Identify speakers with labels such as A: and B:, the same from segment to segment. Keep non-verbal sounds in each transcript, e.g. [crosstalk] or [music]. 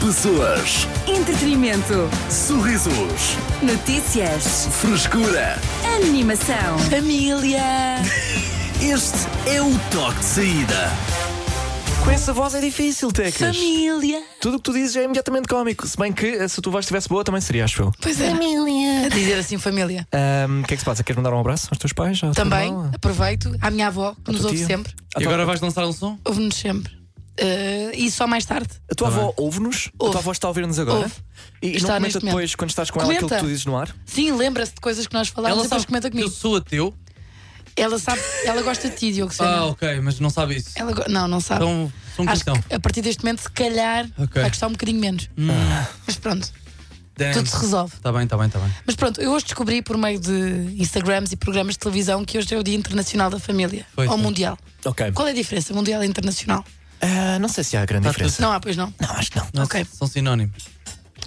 A: Pessoas,
B: Entretenimento.
A: sorrisos,
B: Notícias.
A: frescura.
B: Animação. Família.
A: Este é o toque de saída.
C: Com essa voz é difícil, Tecas.
B: Família.
C: Tudo o que tu dizes é imediatamente cómico. Se bem que eh, se a tua voz estivesse boa, também seria, acho eu.
D: Pois é. Família. A dizer assim, família.
C: Ahm, O que é que se passa? Queres mandar um abraço aos teus pais? À tua
D: Também
C: irmã?
D: aproveito à minha avó, que nos
C: tua
D: ouve
C: tia?
D: sempre.
C: A
E: Então E
C: tua-
E: agora vais lançar um som?
D: Ouve-nos sempre. Eh, e só mais tarde.
C: A
E: Tá
C: tua avó ouve-nos? a
D: Ouve.
C: tua avó está a ouvir-nos agora?
D: Ouve.
C: E, e não
D: Está
C: comenta
D: neste
C: depois, quando estás com ela, aquilo que
D: Comenta.
C: tu dizes no ar?
D: Sim, lembra-se de coisas que nós falámos e depois comenta
E: que eu
D: comigo.
E: sou ateu.
D: Ela sabe, ela gosta de ti, Diogo Sena.
E: Ah, ok, mas não sabe isso.
D: Ela go- Não, não sabe.
E: Então, sou um
D: Tá Acho
E: cristão.
D: que a partir deste momento, se calhar,
E: Ok. Hum.
D: vai gostar um bocadinho menos. Mas pronto, tudo se resolve.
E: Está Tá bem, está bem, está bem.
D: Mas pronto, eu hoje descobri por meio de Instagrams e programas de televisão que hoje é o Dia Internacional da Família.
E: Foi,
D: ou
E: foi.
D: Mundial.
C: Ok.
D: Qual é a diferença? Mundial e internacional?
C: Ah, não sei se há grande
E: Tá
C: diferença.
D: Não há, pois não.
C: Não, acho que não.
E: Não,
D: Ok.
E: São sinónimos.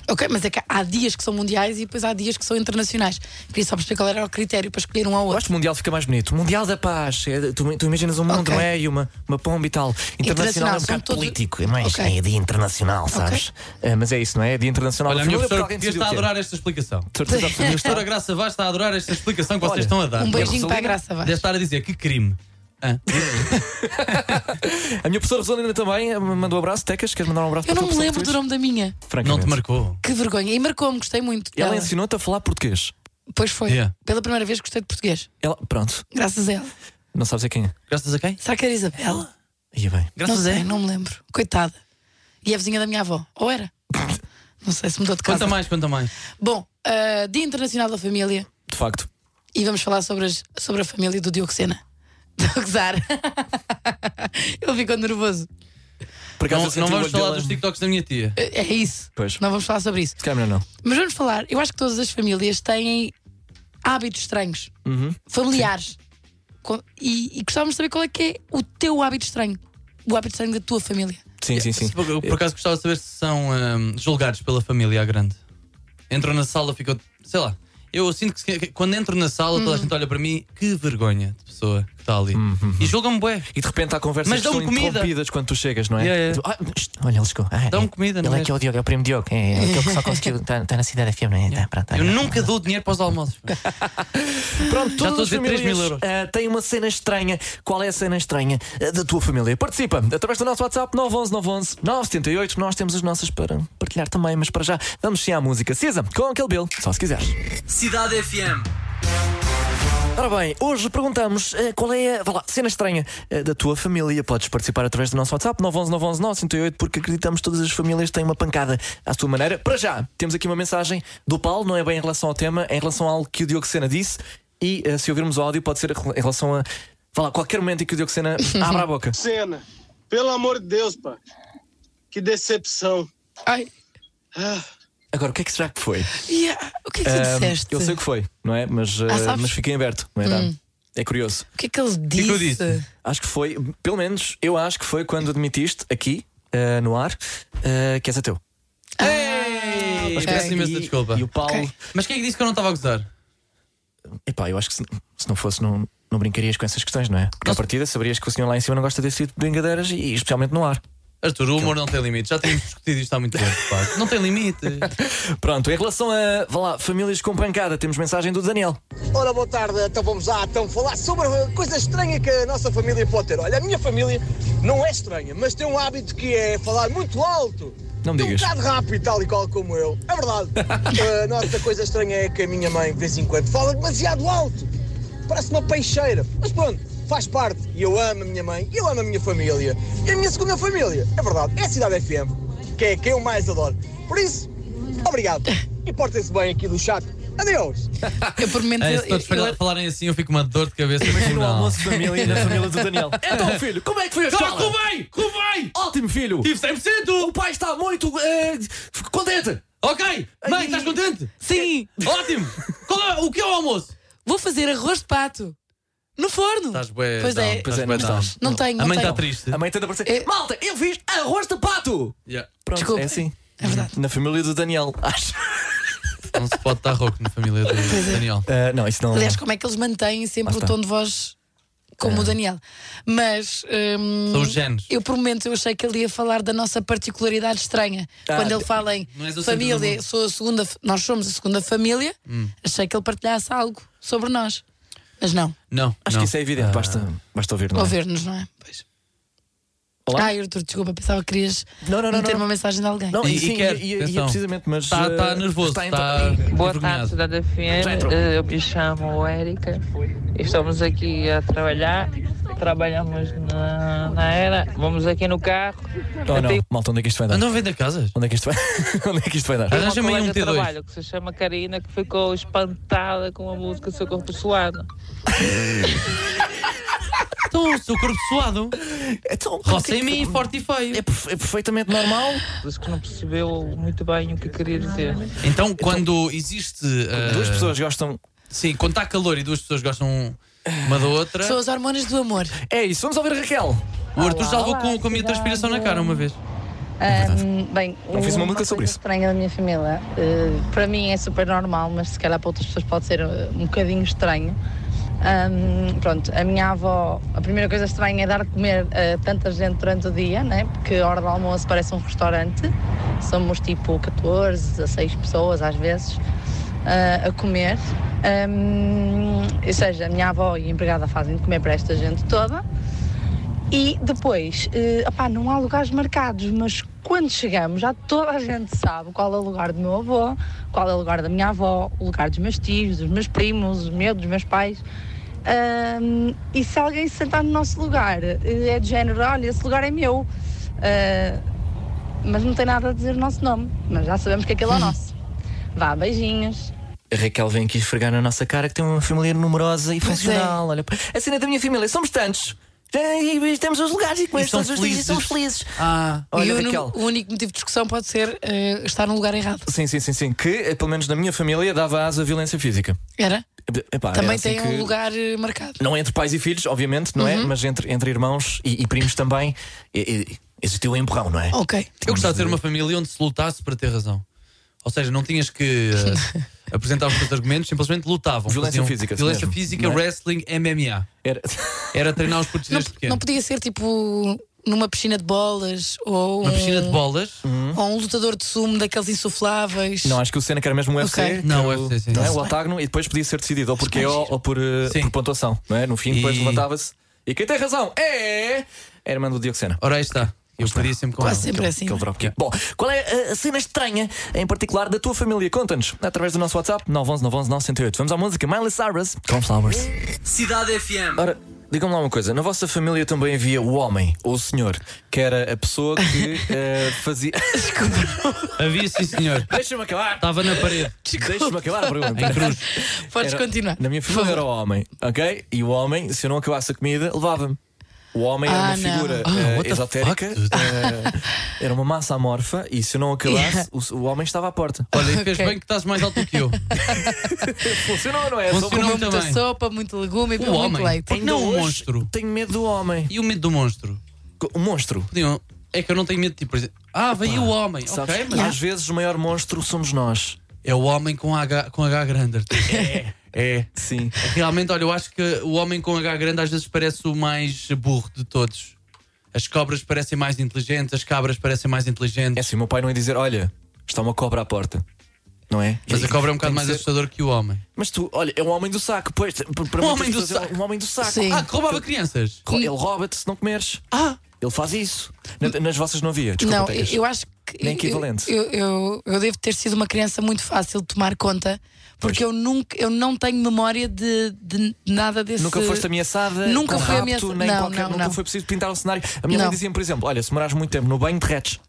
D: Ok, mas é que há dias que são mundiais e depois há dias que são internacionais. Queria só perceber qual era o critério para escolher um ao
C: Eu
D: outro.
C: acho que o Mundial fica mais bonito. Mundial da Paz. é, tu, tu imaginas um mundo,
D: Ok.
C: não é? E uma, uma pomba e tal. Internacional é um
D: são
C: bocado
D: todos-
C: político. É mais.
D: Ok.
C: É dia internacional, sabes? Ah, mas é isso, não é? É dia internacional.
E: Olha,
C: da
E: a minha
C: família,
E: professora
C: porque alguém
E: portuguesa
C: decidiu
E: está
C: o
E: a
C: quê?
E: adorar esta explicação.
C: De certeza
E: A
C: absoluta.
D: [laughs]
E: professora Graça Vaz está a adorar esta explicação que
C: Olha,
E: vocês estão a dar.
D: Um beijinho
C: Rosalina,
D: para a graça, vá.
E: Deve estar a dizer que crime. Ah, Hã?
C: A minha professora Rosalina também eh, me mandou um abraço. Tecas, queres mandar um abraço
D: Eu
C: para
D: não
C: a
D: me
C: tua
D: lembro do
C: professora
D: nome da minha.
C: de português?
E: Não te
C: Francamente.
E: marcou?
D: Que vergonha. E marcou-me, gostei muito.
C: Ela
D: dela.
C: ensinou-te a falar português.
D: Pois foi.
E: é Yeah.
D: Pela primeira vez gostei de português.
C: Ela, pronto,
D: Graças a ela.
C: não sabes a quem é.
E: Graças a quem?
D: Será que era Isabela?
C: Ia bem.
D: Não
E: Graças a
D: sei, não me lembro. Coitada. E a vizinha da minha avó. Ou
E: [laughs]
D: era? Não sei se mudou de casa.
E: Conta mais, conta mais.
D: Bom, ah, Dia Internacional da Família.
C: De facto.
D: E vamos falar sobre, as- sobre a família do Diogo Sena. [laughs] Estou a gozar. [laughs] Ele ficou nervoso.
C: Por
E: Não,
C: eu senti
E: não
C: o
E: vamos
C: olho
E: falar
C: dela-
E: dos TikToks da minha tia.
D: É é isso.
C: Pois.
D: Não vamos falar sobre isso.
C: Se calhar é melhor não.
D: Mas vamos falar. Eu acho que todas as famílias têm hábitos estranhos,
E: Uhum.
D: familiares. Com- E, e gostávamos de saber qual é que é o teu hábito estranho. O hábito estranho da tua família.
C: Sim, sim, É. sim.
E: Se Por, por acaso gostava de saber se são ahm, julgados pela família à grande. Entram na sala, ficam. Sei lá. Eu sinto que, se- que quando entro na sala, toda a
D: Hum.
E: gente olha para mim, que vergonha de pessoa que está ali. E julgam-me bué.
C: E de repente há conversas
E: Mas
C: que são
E: dão-me comida.
C: interrompidas quando tu chegas, não é?
E: Yeah,
C: Tu,
E: yeah.
C: "Ah, isto, olha, ele chegou. Ah,
E: Dão-me
C: é-
E: comida, não
C: Ele
E: é?
C: é que é o Diogo, é o primo Diogo. É, é
E: [laughs]
C: aquele que só conseguiu. Está na cidade FM, não é? Tá, pronto, tá,
E: Eu
C: tá.
E: nunca dou dinheiro para os almoços.
C: Pronto,
E: Já
C: todas as
E: estou a dizer
C: famílias
E: 3.000 euros.
C: ah, têm uma cena estranha. Qual é a cena estranha ah, da tua família? Participa através do nosso WhatsApp 911 911 978. Nós temos as nossas para partilhar também, mas para já vamos sim à música. Cisa, com aquele Bill, só se quiseres.
A: Cidade FM.
C: Ora bem, hoje perguntamos eh, qual é a vá lá, cena estranha eh, da tua família. Podes participar através do nosso WhatsApp 911 911 908 porque acreditamos que todas as famílias têm uma pancada à sua maneira. Para já, temos aqui uma mensagem do Paulo, não é bem em relação ao tema, é em relação a algo que o Diogo Sena disse e eh, se ouvirmos o áudio pode ser em relação a vá lá, qualquer momento em que o Diogo
D: [laughs]
C: Sena abra a boca.
F: Cena, pelo amor de Deus, pá. Que decepção. Ah.
D: Ai,
C: Agora, o que é que será que foi?
D: yeah. o que é que tu
C: Ahm,
D: disseste?
C: eu sei o que foi, não é? Mas, eh,
D: Ah, sabes? Hum.
C: mas fiquei aberto, não é? Dá? É curioso.
D: O que é que ele
E: que
D: disse?
E: eu disse?
C: Acho que foi, pelo menos eu acho que foi quando admitiste aqui, eh, no ar, eh, que és ateu.
E: É.
D: Ah,
E: Mas
D: ok.
E: peço imensa
C: E-
E: desculpa.
C: E o Paulo.
D: Ok.
E: Mas quem é que disse que eu não estava a gozar?
C: Epá, eu acho que se, se não fosse, não, não brincarias com essas questões, não é? Porque à
E: Nossa.
C: partida saberias que o senhor lá em cima não gosta desse tipo de brincadeiras e, e especialmente no ar.
E: Arthur, o humor não tem limites. Já tínhamos discutido isto há muito tempo. pá. Não tem limite.
C: Pronto, em relação a, vá lá, famílias com pancada, temos mensagem do Daniel.
G: Ora, boa tarde. Então vamos lá então falar sobre a coisa estranha que a nossa família pode ter. Olha, a minha família não é estranha, mas tem um hábito que é falar muito alto.
C: Não me
G: E
C: digas.
G: Um bocado rápido, tal e qual como eu.
C: [laughs]
G: É verdade. a nossa coisa estranha é que a minha mãe, de vez em quando, fala demasiado alto. Parece uma peixeira. Mas pronto, faz parte. E eu amo a minha mãe, eu amo a minha família. E a minha segunda família, é verdade, é a Cidade FM, que é quem eu mais adoro. Por isso, obrigado. E portem-se bem aqui do chat. Adeus.
D: Eu por momentos.
E: É,
D: eu-
E: se todos
D: eu-
E: fala- falarem assim, eu fico uma dor de cabeça.
C: Imagina o
E: Não.
C: almoço de [laughs] família da família do Daniel. Então, filho, como é que foi a
E: Claro,
C: escola?
E: Correi! Correi!
C: Ótimo, filho!
E: Tive 100%!
C: O pai está muito eh, contente!
E: Ok! Mãe, estás contente?
D: [laughs] Sim,
E: Ótimo! Qual é- o que é o almoço?
D: vou fazer arroz de pato no forno.
E: Estás bué
D: Pois
E: down,
D: é.
E: estás
C: Pois é,
E: bué
C: não
E: down.
C: estás.
D: Não tenho,
E: A
D: não
E: mãe
D: tenho.
E: está triste.
C: A mãe tenta aparecer.
D: É-
C: Malta, eu fiz arroz de pato!
E: Yeah.
C: Pronto,
D: Desculpa.
C: é assim.
D: É verdade.
C: Na família do Daniel, acho.
E: Não se
C: é.
E: pode estar rouco na família do Daniel.
C: Eh, não, isso não.
D: Aliás, como é que eles mantêm sempre
C: Lá
D: o
C: está.
D: tom de voz como o Daniel. Mas hum,
E: É. São os genes.
D: eu por momentos eu achei que ele ia falar da nossa particularidade estranha.
C: Ah,
D: Quando ele fala em
E: não és o centro do
D: família,
E: mundo.
D: sou a segunda, nós somos a segunda família,
C: Hum.
D: achei que ele partilhasse algo sobre nós. Mas não,
E: Não.
C: Acho
E: não.
C: que isso é evidente, basta, basta ouvir, não é?
D: ouvir-nos, não é? Pois.
C: Olá?
D: Ai, Arthur, desculpa, pensava que querias
C: Não, não, não,
D: meter
C: não.
D: uma mensagem de alguém.
C: Não, e,
E: E- e
C: sim,
E: quer,
C: e- e- e é
E: atenção.
C: precisamente, mas.
E: Está
C: eh,
E: tá nervoso,
C: está em-
E: está.
H: Boa tarde, Cidade
C: Já
H: FM.
C: entrou.
H: Eh, Eu me chamo Érica. Estamos aqui a trabalhar. Trabalhamos na, na era. Vamos aqui no carro.
C: Oh, não. Malta, onde é que isto vai dar?
E: Andam a vender casas?
C: Onde é que isto vai, [laughs] onde é que isto vai dar?
H: Uma
E: Arranja-me aí
H: colega
E: um
H: de
E: T2.
H: trabalho que se chama Karina que ficou espantada com a música Seu Corpo Suado.
E: Então, o seu corpo suado.
C: Então,
E: Roça em mim, forte e feio.
C: É, perfe- é perfeitamente normal.
H: Diz que não percebeu muito bem o que queria dizer.
E: Então, quando existe. eh,
C: Duas pessoas gostam.
E: Sim, quando está calor e duas pessoas gostam um, uma da outra.
D: São as hormonas do amor.
C: É isso, vamos ouvir a Raquel.
E: O Arthur já levou
I: Olá,
E: com, com a minha
I: cidade.
E: transpiração na cara uma vez.
I: Hum, bem,
C: Não fiz uma música sobre
I: coisa
C: isso.
I: estranha da minha família. uh, para mim é super normal, mas se calhar para outras pessoas pode ser uh, um bocadinho estranho. Hum, pronto, a minha avó, a primeira coisa estranha é dar de comer a tanta gente durante o dia, né? porque a hora do almoço parece um restaurante. Somos tipo 14, 16 pessoas às vezes uh, a comer. Hum, ou seja, a minha avó e a empregada fazem de comer para esta gente toda. E depois, eh, opá, não há lugares marcados, mas quando chegamos já toda a gente sabe qual é o lugar do meu avô, qual é o lugar da minha avó, o lugar dos meus tios, dos meus primos, o meu, dos meus pais. Ahm, e se alguém se sentar no nosso lugar, eh, é de género, olha, esse lugar é meu. Ah, mas não tem nada a dizer o nosso nome, mas já sabemos que aquele é o nosso. Vá, beijinhos.
C: A Raquel vem aqui esfregar na nossa cara que tem uma família numerosa e funcional. Olha, a cena da minha família, somos tantos. E e temos os lugares e comemos
E: E são
C: todos os dias e
E: felizes.
C: somos felizes.
E: Ah,
D: E
C: Olha,
D: o, nu-
C: Raquel.
D: o único motivo de discussão pode ser eh, estar no lugar errado.
C: Sim, sim, sim, sim. Que, eh, pelo menos na minha família, dava asa à violência física.
D: Era?
C: Epá, era
D: Também
C: assim
D: tem
C: que-
D: um lugar Uhum. eh, marcado.
C: Não entre pais e filhos, obviamente, não é? Mas entre, entre irmãos e, e primos também. E, e, existiu um empurrão, não é?
D: Ok.
E: eu gostava de ter uma família onde se lutasse para ter razão. Ou seja, não tinhas que eh,
C: [laughs]
E: apresentar os teus argumentos, simplesmente lutavam.
C: Violência
E: Faziam
C: física, isso
E: Violência
C: mesmo,
E: física,
C: não é?
E: wrestling, MMA.
C: Era- [laughs]
E: Era treinar os putos
D: Não,
E: desde
D: não
E: pequeno.
D: podia ser tipo numa piscina de bolas ou
E: Uma
D: um,
E: piscina de bolas.
C: Hum.
D: ou um lutador de sumo daqueles insufláveis.
C: Não, acho que o Senna que era mesmo o UFC.
D: Ok.
C: que
E: Não,
C: o-
E: UFC, sim.
C: não é?
E: Tá-se
C: O
E: bem.
C: octágono e depois podia ser decidido ou por KO ou por, eh,
E: Sim.
C: por pontuação, não é? No fim, depois
E: E-
C: levantava-se. E quem tem razão é. É a irmã do Diogo Sena.
E: Ora, aí está. Eu perdi sempre com ela.
D: Quase sempre assim.
C: Então, Aquele dropkick. Bom, qual é a- a cena estranha, em particular, da tua família? Conta-nos através do nosso WhatsApp 911 911 908. Vamos à música Miley Cyrus com Flowers.
A: Cidade FM.
C: Ora, digam-me lá uma coisa: na vossa família também havia o homem ou o senhor, que era a pessoa que eh, fazia. [laughs]
E: Havia, sim, senhor.
C: Deixa-me acabar!
E: Estava na
D: [laughs]
E: parede.
C: Deixa-me acabar a pergunta.
E: Em cruz.
D: Podes
C: Era-
D: continuar.
C: Na minha
D: Por
C: família
D: favor.
C: era o homem, ok? E o homem, se eu não acabasse a comida, levava-me. O homem era
D: Ah,
C: uma
D: não.
C: figura
E: Ah,
C: eh,
E: what the
C: esotérica,
E: fuck?
C: eh, era uma massa amorfa, e se eu não acabasse,
D: Yeah.
C: o, o homem estava à porta.
E: Olha, e fez
D: Ok.
E: bem que estás mais alto que eu.
C: Funcionou, não é?
E: Funcionou
D: Comeu
E: muito
D: muita
E: bem.
D: sopa, muito legume e
E: O
D: muito
E: homem.
D: leite.
E: Não o
C: Hoje
E: um monstro.
C: Tenho medo do homem.
E: E o medo do monstro?
C: O monstro.
E: Podiam. É que eu não tenho medo de ti, por exemplo. Ah, veio o homem.
C: Sabes?
E: Ok, mas
C: Às vezes o maior monstro somos nós.
E: é o homem com H, com H grande. Arthur.
C: É. Sim.
E: Realmente, olha, eu acho que o homem com H grande às vezes parece o mais burro de todos. As cobras parecem mais inteligentes, as cabras parecem mais
C: É
E: inteligentes.
C: assim, o meu pai não ia dizer: olha, está uma cobra à porta. Não é?
E: Mas a cobra é um bocado
C: Tem que
E: mais
C: ser-
E: assustador que o homem.
C: Mas tu, olha, é um homem do saco, pois. Para muitas
E: Um homem do
C: pessoas é
E: saco.
C: Um homem do saco.
D: Sim.
E: Ah, que roubava crianças.
C: Ro- Ele rouba-te se não comeres.
E: Ah,
C: Ele faz isso. Na- nas vossas não havia. Desculpa,
D: Não, eu,
C: Tecas.
D: eu acho que.
C: Nem equivalente.
D: Eu, eu, eu devo ter sido uma criança muito fácil de tomar conta, porque eu, nunca, eu não tenho memória de, de nada desse.
C: Nunca foste ameaçada,
D: Nunca
C: com
D: fui
C: rapto,
D: ameaça-
C: nem
D: não,
C: qualquer-
D: não,
C: nunca
D: não.
C: foi preciso pintar o cenário. A minha mãe
D: Não.
C: dizia, por exemplo, olha, se morares muito tempo no banho, derretes.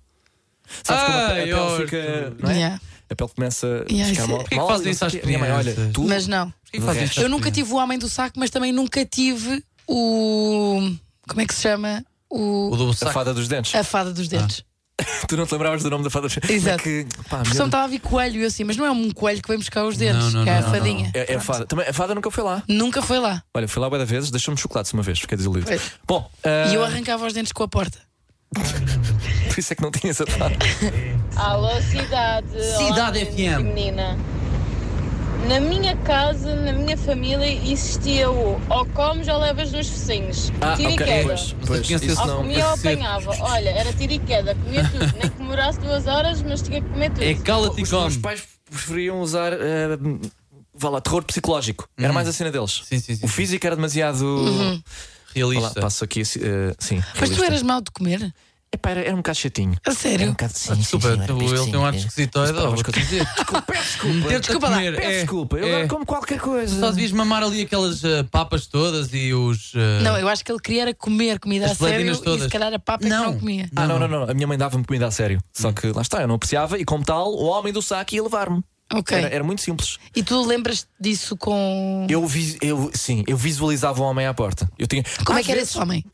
C: Sabes como a, pe- a
E: Ai,
C: pele
E: Horto.
C: fica. Não é?
D: Yeah.
C: A pele começa a
D: Yeah,
C: ficar
D: isso-
C: mal.
E: Porquê que
C: mal,
E: fazem
C: e não
E: isso
C: sei
E: às
C: quê. Minha mãe, olha,
E: crianças?
C: tu.
D: Mas não.
E: Porquê que fazem
C: resto.
E: isto?
D: Eu nunca tive o homem do saco, mas também nunca tive o. Como é que se chama?
E: O
D: O.
E: do
C: A
E: saco.
C: fada dos dentes.
D: A fada dos dentes.
C: Tu não te lembravas do nome da fada dos dentes.
D: Exato.
C: Como é que- pá,
D: Porque
C: meu-
D: só me estava a vir coelho, eu assim, mas não é um coelho que vem buscar os dentes,
E: Não, não,
D: que é a
E: não, não,
D: fadinha.
C: é, é a fada. Também, a fada nunca foi lá.
D: Nunca foi lá.
C: Olha, foi lá várias vezes, deixou-me chocolates uma vez, fiquei desiludido.
D: Pois.
C: Bom,
D: E eu
C: ah,
D: arrancava os dentes com a porta.
C: [laughs] por isso é que não tinha essa fada.
I: Alô, cidade.
E: Cidade FM.
I: Menina.
J: Na minha casa, na minha família, existia o ou comes ou levas nos focinhos. tiro e queda.
C: Pois, pois,
E: Tinha
C: isso
E: sensação.
J: Ou
C: não.
J: comia ou
E: esse-
J: apanhava. Olha, era tiro e queda. Comia tudo. Nem que demorasse duas horas, mas tinha que comer tudo.
E: É cala-te e
C: Os meus
E: come.
C: pais preferiam usar. eh, vá lá, terror psicológico. Era mais a cena deles.
E: Uhum. Sim, sim, sim.
C: O físico era demasiado. Vá lá,
E: Realista.
C: passo aqui. eh, sim.
D: Uhum. Mas tu
C: realista.
D: eras mau de comer?
C: Epá, era, era um bocado chatinho.
D: A
C: Era um
D: sério?
C: bocado sim,
E: Ah,
C: sim,
E: Desculpa,
C: sim, era
E: tu- ele
C: bestinha,
E: tem um ar
C: era.
E: de esquisitoide,
C: Mas
E: ó,
C: palavras
E: vou-te
C: que eu
E: dizer.
C: Desculpa, desculpa.
E: Meter-te a
C: Desculpa
E: comer,
C: Peço
E: [laughs] é,
C: desculpa, eu
E: é.
C: agora como qualquer coisa.
E: Só devias mamar ali aquelas eh, papas todas e os. eh,
D: Não, eu acho que ele queria era comer comida a
E: As
D: sério
E: gelatinas
D: e
E: todas.
D: se calhar a papa é que
E: Não.
D: não comia.
C: Ah, não, não, não, a minha mãe dava-me comida a sério. Só
E: Hum.
C: que lá está, eu não apreciava e, como tal, o homem do saco ia levar-me.
D: Ok.
C: Era, era muito simples.
D: E tu lembras disso com.
C: Eu, vi, eu, sim, eu visualizava o homem à porta. Eu tinha,
D: Como é
C: às
D: que era
C: vezes-
D: esse homem?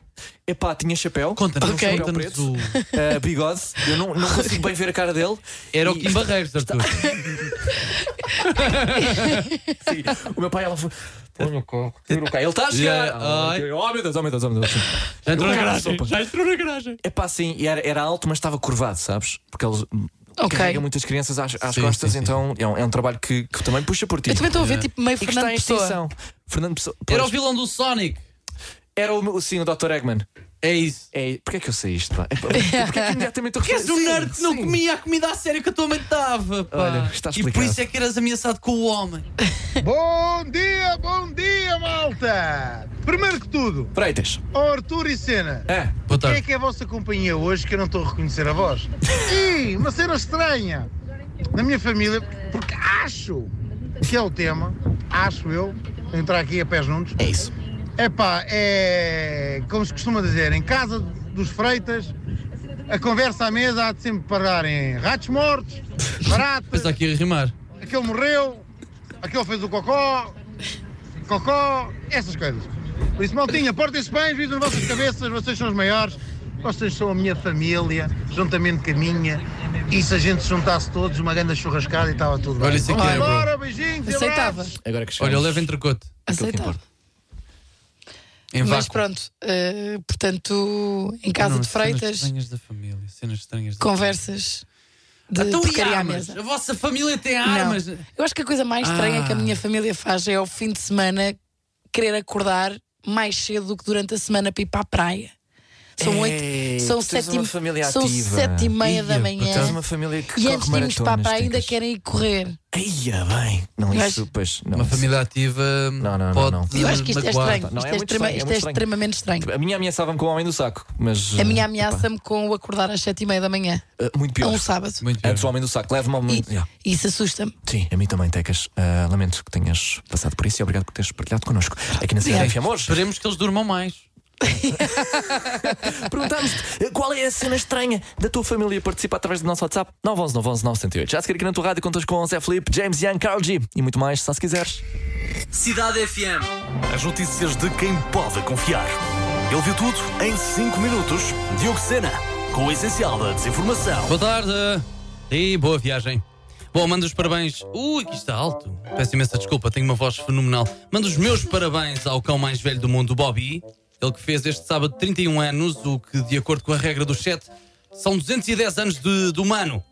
C: Epá, tinha chapéu,
E: Conta-nos,
D: Ok.
E: conta-nos o.
C: [laughs] eh, bigode, eu não, não consigo bem ver a cara dele.
E: Era o
C: E-
E: Kim Barreiros, Arthur.
C: [laughs] Sim, o meu pai, ela foi. Põe o carro, tira o carro. Ele está a chegar!
E: Yeah,
C: Ah,
E: ai.
C: Oh meu Deus, oh meu Deus, oh meu Deus.
E: Já entrou na garagem.
C: Sopa.
E: Já entrou na garagem.
C: É pá, sim, e era, era alto, mas estava curvado, sabes? Porque eles hum,
D: Ok.
C: carrega muitas crianças às, às
E: Sim,
C: costas,
E: sim, sim.
C: então É, um, é um trabalho que, que também puxa por ti.
D: Eu também estou a ver tipo meio
C: e que está
D: Fernando
C: em
D: Pessoa.
C: extinção. Fernando Pessoa.
E: Era o
C: pois,
E: vilão do Sonic.
C: era o meu- sim, o Dr. Eggman.
E: É isso.
C: É, porquê é que eu sei isto? Pá?
D: [laughs]
C: É, pá, Porquê é que imediatamente eu
E: Porque és um
C: Sim,
E: nerd que não
C: sim.
E: comia a comida a sério que a tua mãe dava. pá.
C: Olha, está
E: e por
C: explicado.
E: isso é que eras ameaçado com o homem.
F: Bom dia, bom dia, malta! Primeiro que tudo,
C: Freitas.
F: ó Arthur e Cena,
C: Ah,
E: Boa
F: quem é
E: tarde.
F: que é a vossa companhia hoje que eu não estou a reconhecer a voz? Ih, uma cena estranha! Na minha família, porque acho que é o tema, acho eu, vou entrar aqui a pés juntos,
C: é isso.
F: Epá, é como se costuma dizer, em casa dos freitas, a conversa à mesa há de sempre parar em ratos mortos, baratas,
E: Pensa aqui a rimar.
F: aquele morreu, aquele fez o cocó, cocó, essas coisas. Por isso, maltinha, portem-se bem, vivam nas vossas cabeças, vocês são os maiores, vocês são a minha família, juntamente com a minha, e se a gente se juntasse todos, uma grande churrascada e estava tudo bem.
E: Olha, isso aqui
F: Vamos
E: é, bro.
F: embora, beijinhos e
D: Aceitava.
F: abraços.
C: Agora que chegamos.
E: Olha, eu levo entrecote.
C: aquilo que
D: Aceitava.
C: importa.
E: Em
D: Mas
E: vácuo.
D: pronto, eh, portanto, em casa
E: Não, é
D: de
E: Cenas
D: freitas,
E: estranhas da família. Cenas estranhas da
D: conversas de
E: Então e
D: porcaria à
E: armas?
D: mesa.
E: A vossa família tem
D: Não.
E: armas.
D: Eu acho que a coisa mais estranha
E: Ah.
D: que a minha família faz é ao fim de semana querer acordar mais cedo do que durante a semana para ir para a praia. São
C: Ei,
D: oito, são
C: É, tu tens
D: sete, e-
C: uma família
D: são
C: ativa.
D: sete e meia da
E: Ia,
D: manhã.
C: Tens uma família que
D: E
C: corre
D: antes de irmos para a
C: maratonas,
D: praia ainda
C: Tecas.
D: querem ir correr.
C: Eia, bem. Não,
D: Eu
C: isso,
D: acho-
C: pois. Não,
E: Uma
C: isso-
E: família ativa
C: Não, não, não,
E: pode.
C: não.
D: Eu acho que isto é
E: magoar.
D: estranho.
C: Não,
D: Isto é
C: é muito estranho,
D: extrema-
C: é
D: isto
C: muito
D: é
C: estranho.
D: extremamente estranho.
C: A minha ameaçava-me com o homem do saco, mas.
D: A
C: eh,
D: minha ameaça-me com o acordar às sete e meia da manhã,
C: eh, muito
D: a
C: pior.
D: um sábado.
E: Muito
C: Antes o
E: bem.
C: homem do saco, leva-me ao
D: E
C: momento. Yeah.
D: e isso assusta-me.
C: Sim, a mim também, Tecas. Ah, lamento que tenhas passado por isso e obrigado por teres partilhado connosco. Aqui na Cidade FM hoje,
E: Esperemos que eles durmam mais.
C: perguntámos-te eh, qual é a cena estranha da tua família. Participa através do nosso WhatsApp 911 911 908. Já se quer aqui na tua rádio, contas com Zé Felipe, James Young, Carl G e muito mais, só se quiseres.
A: Cidade FM. As notícias de quem pode confiar. Ele viu tudo em 5 minutos. Diogo Sena, com o essencial da desinformação.
E: Boa tarde e boa viagem. Bom, mando os parabéns. Ui, aqui está alto. Peço imensa desculpa, tenho uma voz fenomenal. Mando os meus parabéns ao cão mais velho do mundo, o Bobby. Ele que fez este sábado 31 anos, o que, de acordo com a regra do chat, são 210 anos de, de humano.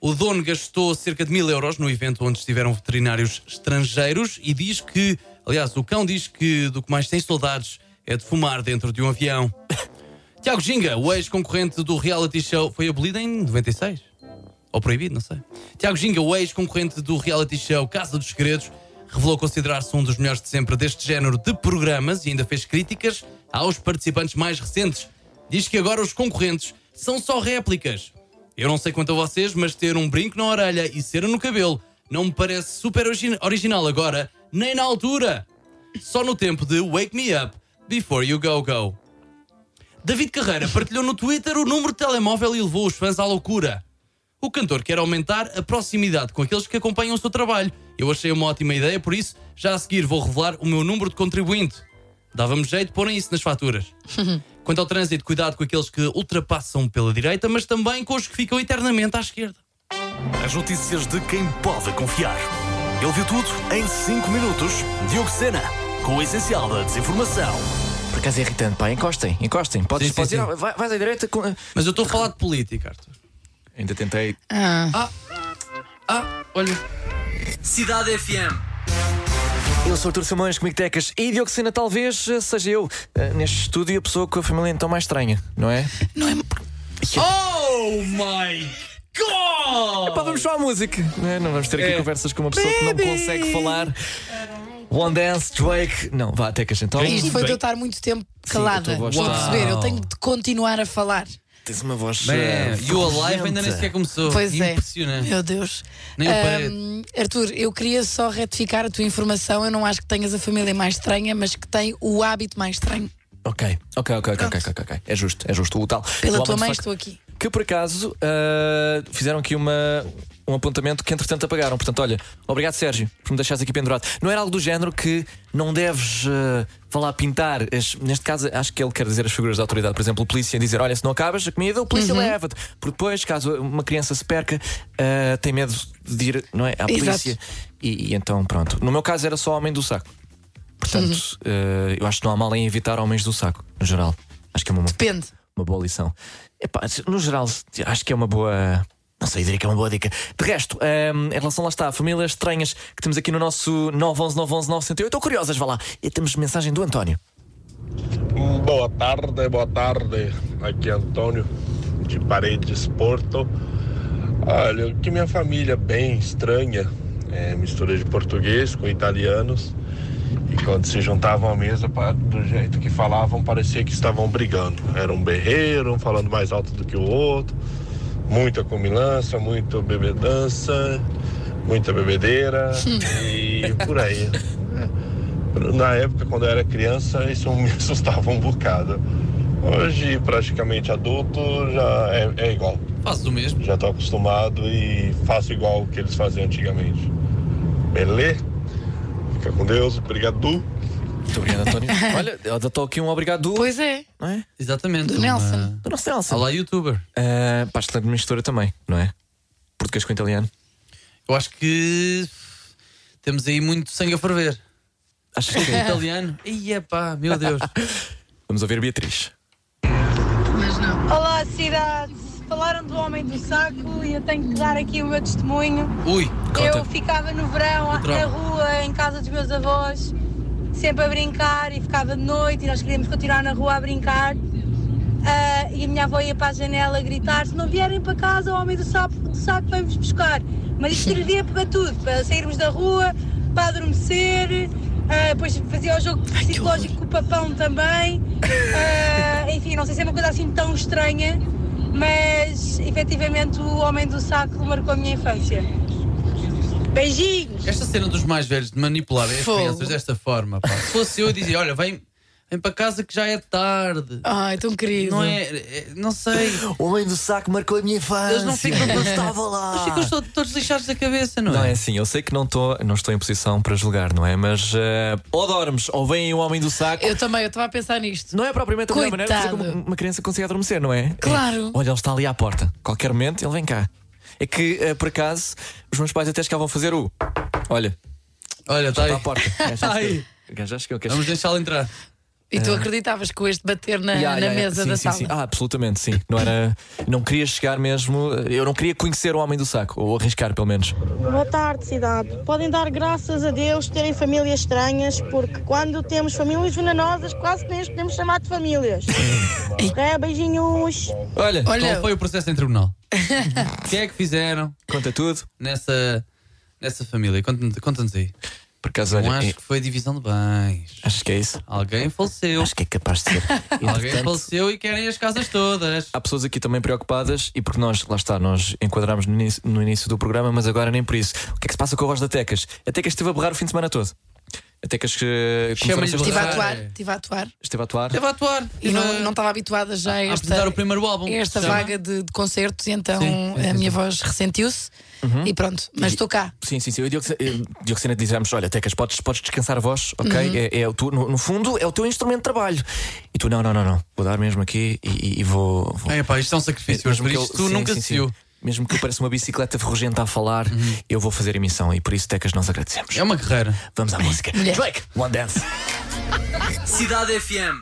E: O dono gastou cerca de mil euros no evento onde estiveram veterinários estrangeiros e diz que, aliás, o cão diz que do que mais tem saudades é de fumar dentro de um avião. Tiago Ginga, o ex-concorrente do reality show, foi abolido em 96? Ou proibido, não sei. Tiago Ginga, o ex-concorrente do reality show Casa dos Segredos, revelou considerar-se um dos melhores de sempre deste género de programas e ainda fez críticas aos participantes mais recentes. Diz que agora os concorrentes são só réplicas. Eu não sei quanto a vocês, mas ter um brinco na orelha e cera no cabelo não me parece super origi- original agora, nem na altura. Só no tempo de Wake Me Up Before You Go Go. David Carreira partilhou no Twitter o número de telemóvel e levou os fãs à loucura. O cantor quer aumentar a proximidade com aqueles que acompanham o seu trabalho. Eu achei uma ótima ideia, por isso, já a seguir vou revelar o meu número de contribuinte. Dava-me jeito de porem isso nas faturas. Quanto ao trânsito, cuidado com aqueles que ultrapassam pela direita, mas também com os que ficam eternamente à esquerda.
A: As notícias de quem pode confiar. Ele viu tudo em 5 minutos. Diogo Sena, com o essencial da desinformação.
C: Por acaso é irritante, pá, encostem, encostem. Podes,
E: Sim, sim,
C: podes ir,
E: sim.
C: ah, vai- vais à direita. com-
E: Mas eu estou a falar de política, Arthur.
C: Ainda tentei.
D: Ah. [laughs]
E: Ah, olha.
A: Cidade FM.
C: Eu sou Artur Simões, comigo tecas e Dioxina talvez eh, seja eu, eh, neste estúdio, a pessoa com a família então mais estranha, não é?
D: Não é.
E: Oh my God!
C: Pá, vamos só à música, não, é? Não vamos ter aqui conversas com uma pessoa que não consegue falar. One Dance, Drake. Não, vá, tecas então.
D: Isto foi de eu estar muito tempo calada.
C: eu tô a
D: Estou a
C: gostar.
D: perceber, eu tenho de continuar a falar.
C: Tens uma voz. eh,
E: Man, You Alive ainda nem
C: ferrugenta.
E: sequer começou.
D: Pois é.
E: Impressionante.
D: Meu Deus.
E: Nem eu parei.
D: Ahm, Arthur, eu queria só retificar a tua informação. Eu não acho que tenhas a família mais estranha, mas que tem o hábito mais estranho.
C: Ok, ok, ok, ok, ok, ok, ok. É justo, é justo. O tal.
D: Pela
C: o
D: tua
C: Almond
D: mãe
C: Fuck,
D: estou aqui.
C: Que por acaso ah, fizeram aqui uma, um apontamento que entretanto apagaram. Portanto, olha, obrigado Sérgio por me deixares aqui pendurado. Não era algo do género que não deves ah, vá lá pintar. as- neste caso, acho que ele quer dizer as figuras da autoridade, por exemplo, o polícia dizer: olha, se não acabas a comida, o polícia leva-te. Porque depois, caso uma criança se perca, ah, tem medo de ir não é, à
D: Exato.
C: polícia. E, e então, pronto. No meu caso, era só homem do saco. Portanto, ah, eu acho que não há mal em evitar homens do saco, no geral. Acho que é uma
D: Depende.
C: uma boa lição. Epá, no geral, acho que é uma boa. Não sei dizer que é uma boa dica. De resto, hum, em relação lá está, a famílias estranhas que temos aqui no nosso 911 911 908, estou curiosas, vá lá. E temos mensagem do António.
K: Boa tarde, boa tarde. Aqui é Antônio de Paredes Porto. Olha, o que minha família bem estranha é mistura de português com italianos. E quando se juntavam à mesa, pa- do jeito que falavam, parecia que estavam brigando. Era um berreiro, um falando mais alto do que o outro. Muita comilança, muita bebedança, muita bebedeira e por aí. Na época, quando eu era criança, isso é me assustava um bocado. Hoje, praticamente adulto, já é, é igual.
E: Fazes o mesmo.
K: Já estou acostumado e faço igual que eles faziam antigamente. Beleza? Fica com Deus, obrigado.
C: Muito obrigado, [laughs] António. Olha, eu estou aqui um obrigado do.
D: Pois é.
C: Não é?
E: Exatamente.
D: Do Nelson.
C: Do nosso Nelson.
E: Olá, youtuber.
C: Ah, pá, excelente mistura também, não é? Português com italiano.
E: Eu acho que temos aí muito sangue a ferver.
C: Achas que é? [laughs]
E: Italiano. Ia pá, meu
D: [laughs]
E: Deus.
C: Vamos ouvir a Beatriz.
J: Olá, cidade. Falaram do homem do saco e eu tenho que dar aqui o meu testemunho.
E: Ui,
C: Conta.
J: Eu ficava no verão à- na
E: Droga.
J: rua, em casa dos meus avós, sempre a brincar e ficava de noite e nós queríamos continuar na rua a brincar. Ah, e a minha avó ia para a janela gritar: se não vierem para casa, o homem do saco, do saco vem-vos buscar. Mas isto servia para tudo: para sairmos da rua, para adormecer, ah, depois fazia o jogo psicológico com o papão também. Ah, enfim, não sei se é uma coisa assim tão estranha, mas efetivamente o homem do saco marcou a minha infância. Beijinhos!
E: esta cena dos mais velhos de manipular as
D: Fogo.
E: crianças desta forma, pá. Se fosse eu, eu dizia: olha, vem, vem para casa que já é tarde.
D: Ai, tão querido.
E: Não é, é- Não sei.
D: Ah.
C: O homem do saco marcou a minha infância.
E: Eles não ficam
C: Eu
E: quando
C: estava lá.
E: Ficam todos- todos lixados da cabeça, não é?
C: Não é assim, eu sei que não, tô, não estou em posição para julgar, não é? Mas eh, ou dormes ou vem o homem do saco.
D: Eu também, eu estava a pensar nisto.
C: Não é propriamente a melhor maneira de fazer
D: Coitado.
C: como uma criança consiga adormecer, não é?
D: Claro.
C: É, olha, ele está ali à porta. Qualquer momento ele vem cá. É que, eh, por acaso, os meus pais até chegavam a fazer o. Olha,
E: Olha,
C: está
E: está aí.
C: à porta. O gajo Já
E: Ai.
C: chegou. O gajo já chegou. quer
E: Vamos
C: dizer-
E: deixá-lo entrar.
D: E tu acreditavas que com este bater na,
C: É. Ya,
D: na
C: ya, ya.
D: mesa
C: Sim,
D: da
C: sim,
D: sala?
C: sim. Ah, absolutamente, sim. Não era. Não queria chegar mesmo. eh, Eu não queria conhecer o homem do saco, ou arriscar, pelo menos.
L: Boa tarde, cidade. Podem dar graças a Deus terem famílias estranhas, porque quando temos famílias venenosas, quase que nem as podemos chamar de famílias. é, beijinhos.
C: Olha,
D: Olha-
E: Qual foi o processo em
D: [laughs]
E: tribunal? O que é que fizeram
C: conta tudo.
E: nessa, nessa família? Conta-nos conta-nos aí.
C: Por acaso,
E: Eu
C: olha.
E: acho
C: eh,
E: que foi divisão de bens.
C: acho que é isso.
E: Alguém faleceu.
C: Acho que é capaz [laughs] de ser.
E: Alguém
C: Entretanto,
E: faleceu e querem as casas todas.
C: Há pessoas aqui também preocupadas e porque nós, lá está, nós enquadrámos no início, no início do programa, mas agora nem por isso. O que é que se passa com a voz da Tecas? A Tecas esteve a borrar o fim de semana todo. A Tecas que começou
E: Chama-lhe
C: na
D: Estive a
C: sexta-feira,
D: atuar,
E: borrar. É.
D: estive a atuar.
C: esteve a atuar.
E: Esteve a atuar. é?
D: E não,
E: Esteve
D: não estava habituada já a
E: a
D: esta,
E: apresentar o primeiro álbum.
D: esta
E: Chama.
D: vaga de, de concertos, e então
E: Sim, sim,
D: a
E: sim,
D: minha
E: sim. Uhum.
D: voz ressentiu-se e pronto, mas estou cá.
C: Sim, sim, sim. Eu e Dioxina, Dioxina dizemos: olha, Tecas, podes, podes descansar a voz, ok?
E: Uhum.
C: É, é o tu, no, no fundo, é o teu instrumento de trabalho. E tu, não, não, não, não. Vou dar mesmo aqui e, e- e vou. vou-
E: É pá, isto é um sacrifício. Mas
C: Mesmo
E: por
C: que
E: isto tu
C: sim,
E: nunca
C: sim,
E: se
C: sim.
E: viu. Uhum.
C: Mesmo que eu pareça uma bicicleta ferrugenta a falar, eu vou fazer emissão e por isso, Tecas, nós agradecemos.
E: É uma guerreira.
C: Vamos à música.
D: Mulher.
C: Drake, One Dance.
A: Cidade FM.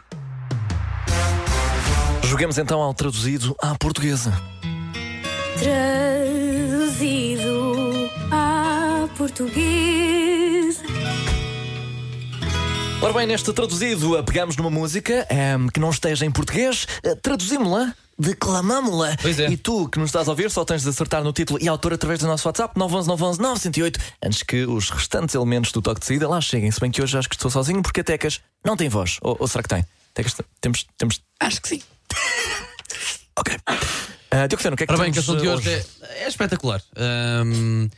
C: Joguemos então ao traduzido à portuguesa.
L: Traduzido à
M: português.
C: Ora bem, neste traduzido, eh, pegamos numa música ehm, que não esteja em português, eh, traduzimos-la, declamámo-la.
E: é.
C: E tu, que nos estás a ouvir, só tens de acertar no título e autor através do nosso WhatsApp 911 911 908, antes que os restantes elementos do toque de saída lá cheguem. Se bem que hoje acho que estou sozinho porque a Tecas não tem voz. Ou, ou será que tem? Tecas, temos. temos...
D: Acho que sim.
C: Uh, Diogo Sena, o que é que
E: Ora bem, a
C: temos,
E: canção de
C: eh,
E: hoje é, é espetacular. Ahm,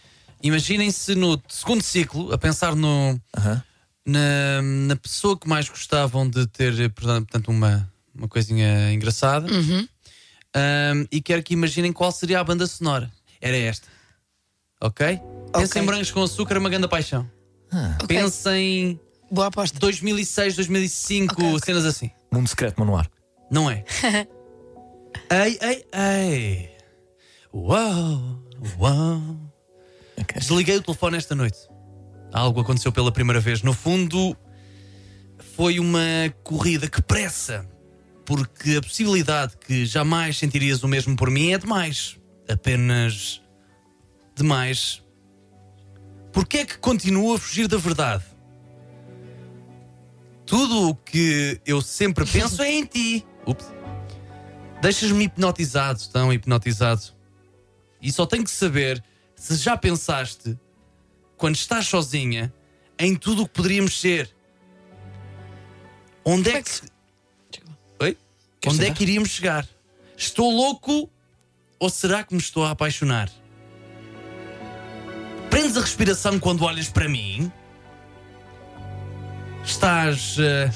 E: Imaginem-se no segundo ciclo, a pensar no, na, na pessoa que mais gostavam de ter, eh, portanto, uma, uma coisinha engraçada. Ahm, e quero que imaginem qual seria a banda sonora. Era esta. Ok? Pensem em Brancos com Açúcar, é uma grande paixão.
C: Ah.
E: Pensem.
D: Boa aposta.
E: 2006, 2005, cenas assim.
C: Mundo secreto, Manoar.
E: Não é? ei, ei, ei. Uau, uau. Desliguei o telefone esta noite. Algo aconteceu pela primeira vez. No fundo, foi uma corrida que pressa. Porque a possibilidade que jamais sentirias o mesmo por mim é demais. Apenas demais. Porquê é que continuo a fugir da verdade? Tudo o que eu [laughs] sempre penso é em ti. Ups. Deixas-me hipnotizado, tão hipnotizado. E só tenho que saber se já pensaste, quando estás sozinha, em tudo o que poderíamos ser. Onde é que. Oi? Onde é que iríamos chegar? Estou louco ou será que me estou a apaixonar? Prendes a respiração quando olhas para mim? Estás. eh,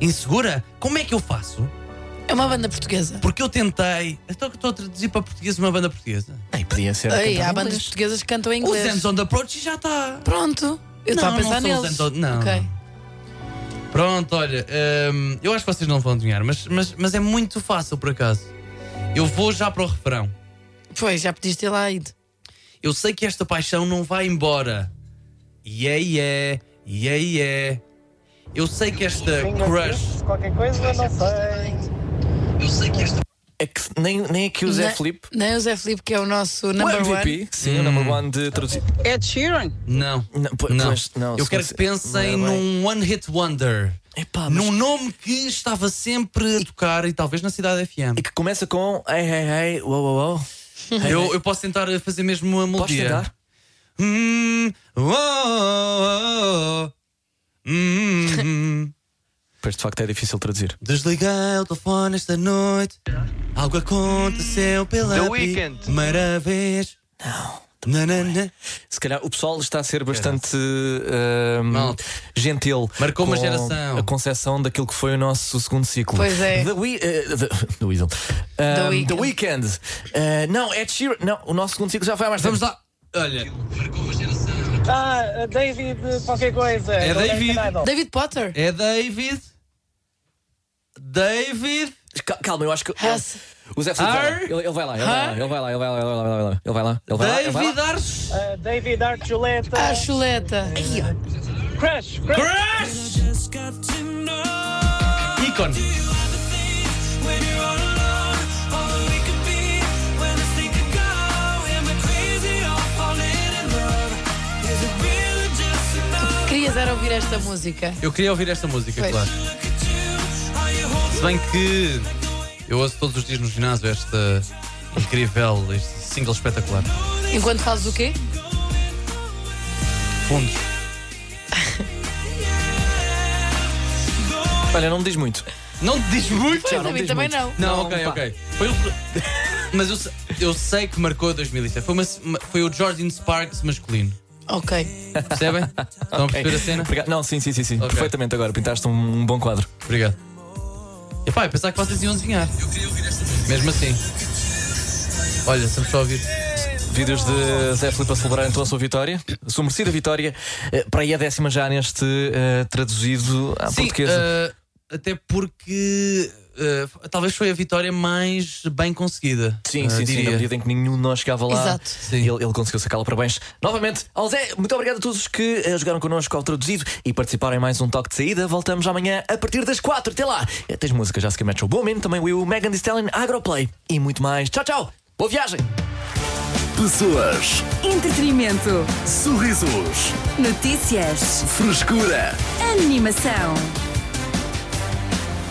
E: insegura? Como é que eu faço?
D: É uma banda portuguesa.
E: Porque eu tentei. Estou, estou a traduzir para português uma banda portuguesa.
C: Ei, podia
E: Ah,
C: ser.
D: Ei, há bandas portuguesas que cantam em inglês.
E: Os Ends on the Approach já está.
D: Pronto. Eu
E: Não,
D: estava a pensar
E: não um são os
D: neles.
E: Ends on- não.
D: Ok.
E: Pronto, olha, hum, eu acho que vocês não vão adivinhar, mas, mas, mas é muito fácil por acaso. Eu vou já para o refrão.
D: Pois, já podias ter lá ido.
E: Eu sei que esta paixão não vai embora. Yeah, yeah, yeah, yeah. Eu sei que esta crush.
N: Qualquer coisa, não sei.
E: Eu sei que esta.
C: É que nem, nem aqui o Zé
D: Ne-
C: Filipe,
D: Nem o Zé Filipe, que é o nosso
C: o
D: number
C: MVP,
D: one.
C: sim, o number one de traduzir.
D: Ed Sheeran.
E: Não.
C: Não, po-
E: Não.
C: pois, não,
E: eu
C: se
E: quero
C: fosse-
E: que pensem
C: não era bem. Ah,
E: num One Hit Wonder. Num nome que estava sempre a tocar e talvez na
C: [laughs]
E: cidade FM.
C: E que começa com Ei, ei, ei, uou, uou, uou.
E: Eu, eu posso tentar fazer mesmo a melodia.
C: Podes tentar?
E: Hum, oh, oh, oh. Hum,
C: Pois de facto é difícil traduzir.
E: Desliguei o telefone esta noite. Algo aconteceu pela
C: The Weeknd.
E: primeira vez. Não.
C: Se calhar o pessoal está a ser bastante ahm, gentil.
E: Marcou uma
C: com
E: geração.
C: A concepção daquilo que foi o nosso segundo ciclo.
D: Pois é.
C: The, we, eh, the, [laughs] the Weasel. Ahm, the Weekend. Ah, não, Ed Sheeran. Não, o nosso segundo ciclo já foi há mais
E: Vamos
C: tempo.
E: lá. Olha. é
N: Ah, David, qualquer coisa.
E: É
C: Então
E: David.
D: David Potter.
E: É David. David.
C: Calma, eu acho que. O Zé Filipe vai lá. Ele, ele vai lá, ele vai lá, ele vai lá, ele vai lá, ele vai lá, ele vai lá, ele vai lá, ele vai lá.
E: Ars.
N: Eh, David Archuleta.
D: Archuleta.
N: Crash,
E: Crash. Ícone.
D: Querias era ouvir esta música.
E: Eu queria ouvir esta música,
D: Pois.
E: claro. Se bem que eu ouço todos os dias no ginásio esta incrível, este single espetacular.
D: Enquanto fazes o quê?
E: Fundos.
C: Olha, não me diz muito.
E: Não te diz muito?
D: Pois, a mim também não.
E: Não,
D: Não,
E: ok,
D: pá.
E: ok. Foi o- [laughs] Mas eu, se- eu sei que marcou 2007. Foi, uma se- uma- foi o Jordan Sparks masculino.
D: [laughs] Ok.
E: Percebem? Estão a perceber a cena?
C: É. Obrigado. Não, sim, sim, sim, sim. Perfeitamente agora. Pintaste um, um bom quadro.
E: Obrigado. Epá, eu pensava que vocês iam adivinhar. Mesmo assim. Olha, estamos só a ouvir.
C: Vídeos de Zé Filipe a celebrar então a sua vitória, a sua merecida vitória, eh, para aí a décima já neste eh, traduzido à
E: Sim,
C: portuguesa.
E: eh, até porque eh, talvez foi a vitória mais bem conseguida.
C: Sim,
E: eh,
C: sim, sim,
E: diria.
C: na medida em que nenhum de nós chegava lá,
E: Exato.
C: Ele, ele conseguiu sacá-la. Parabéns novamente ao Zé. Muito obrigado a todos os que eh, jogaram connosco ao traduzido e participaram em mais um toque de saída. Voltamos amanhã a partir das quatro. Até lá. Eh, Tens música, Jessica Metro Bowman, também o Megan Thee Stallion, Agroplay e muito mais. Tchau, tchau. Boa viagem.
A: Pessoas.
J: Entretenimento.
A: Sorrisos.
J: Notícias.
A: Frescura.
J: Animação.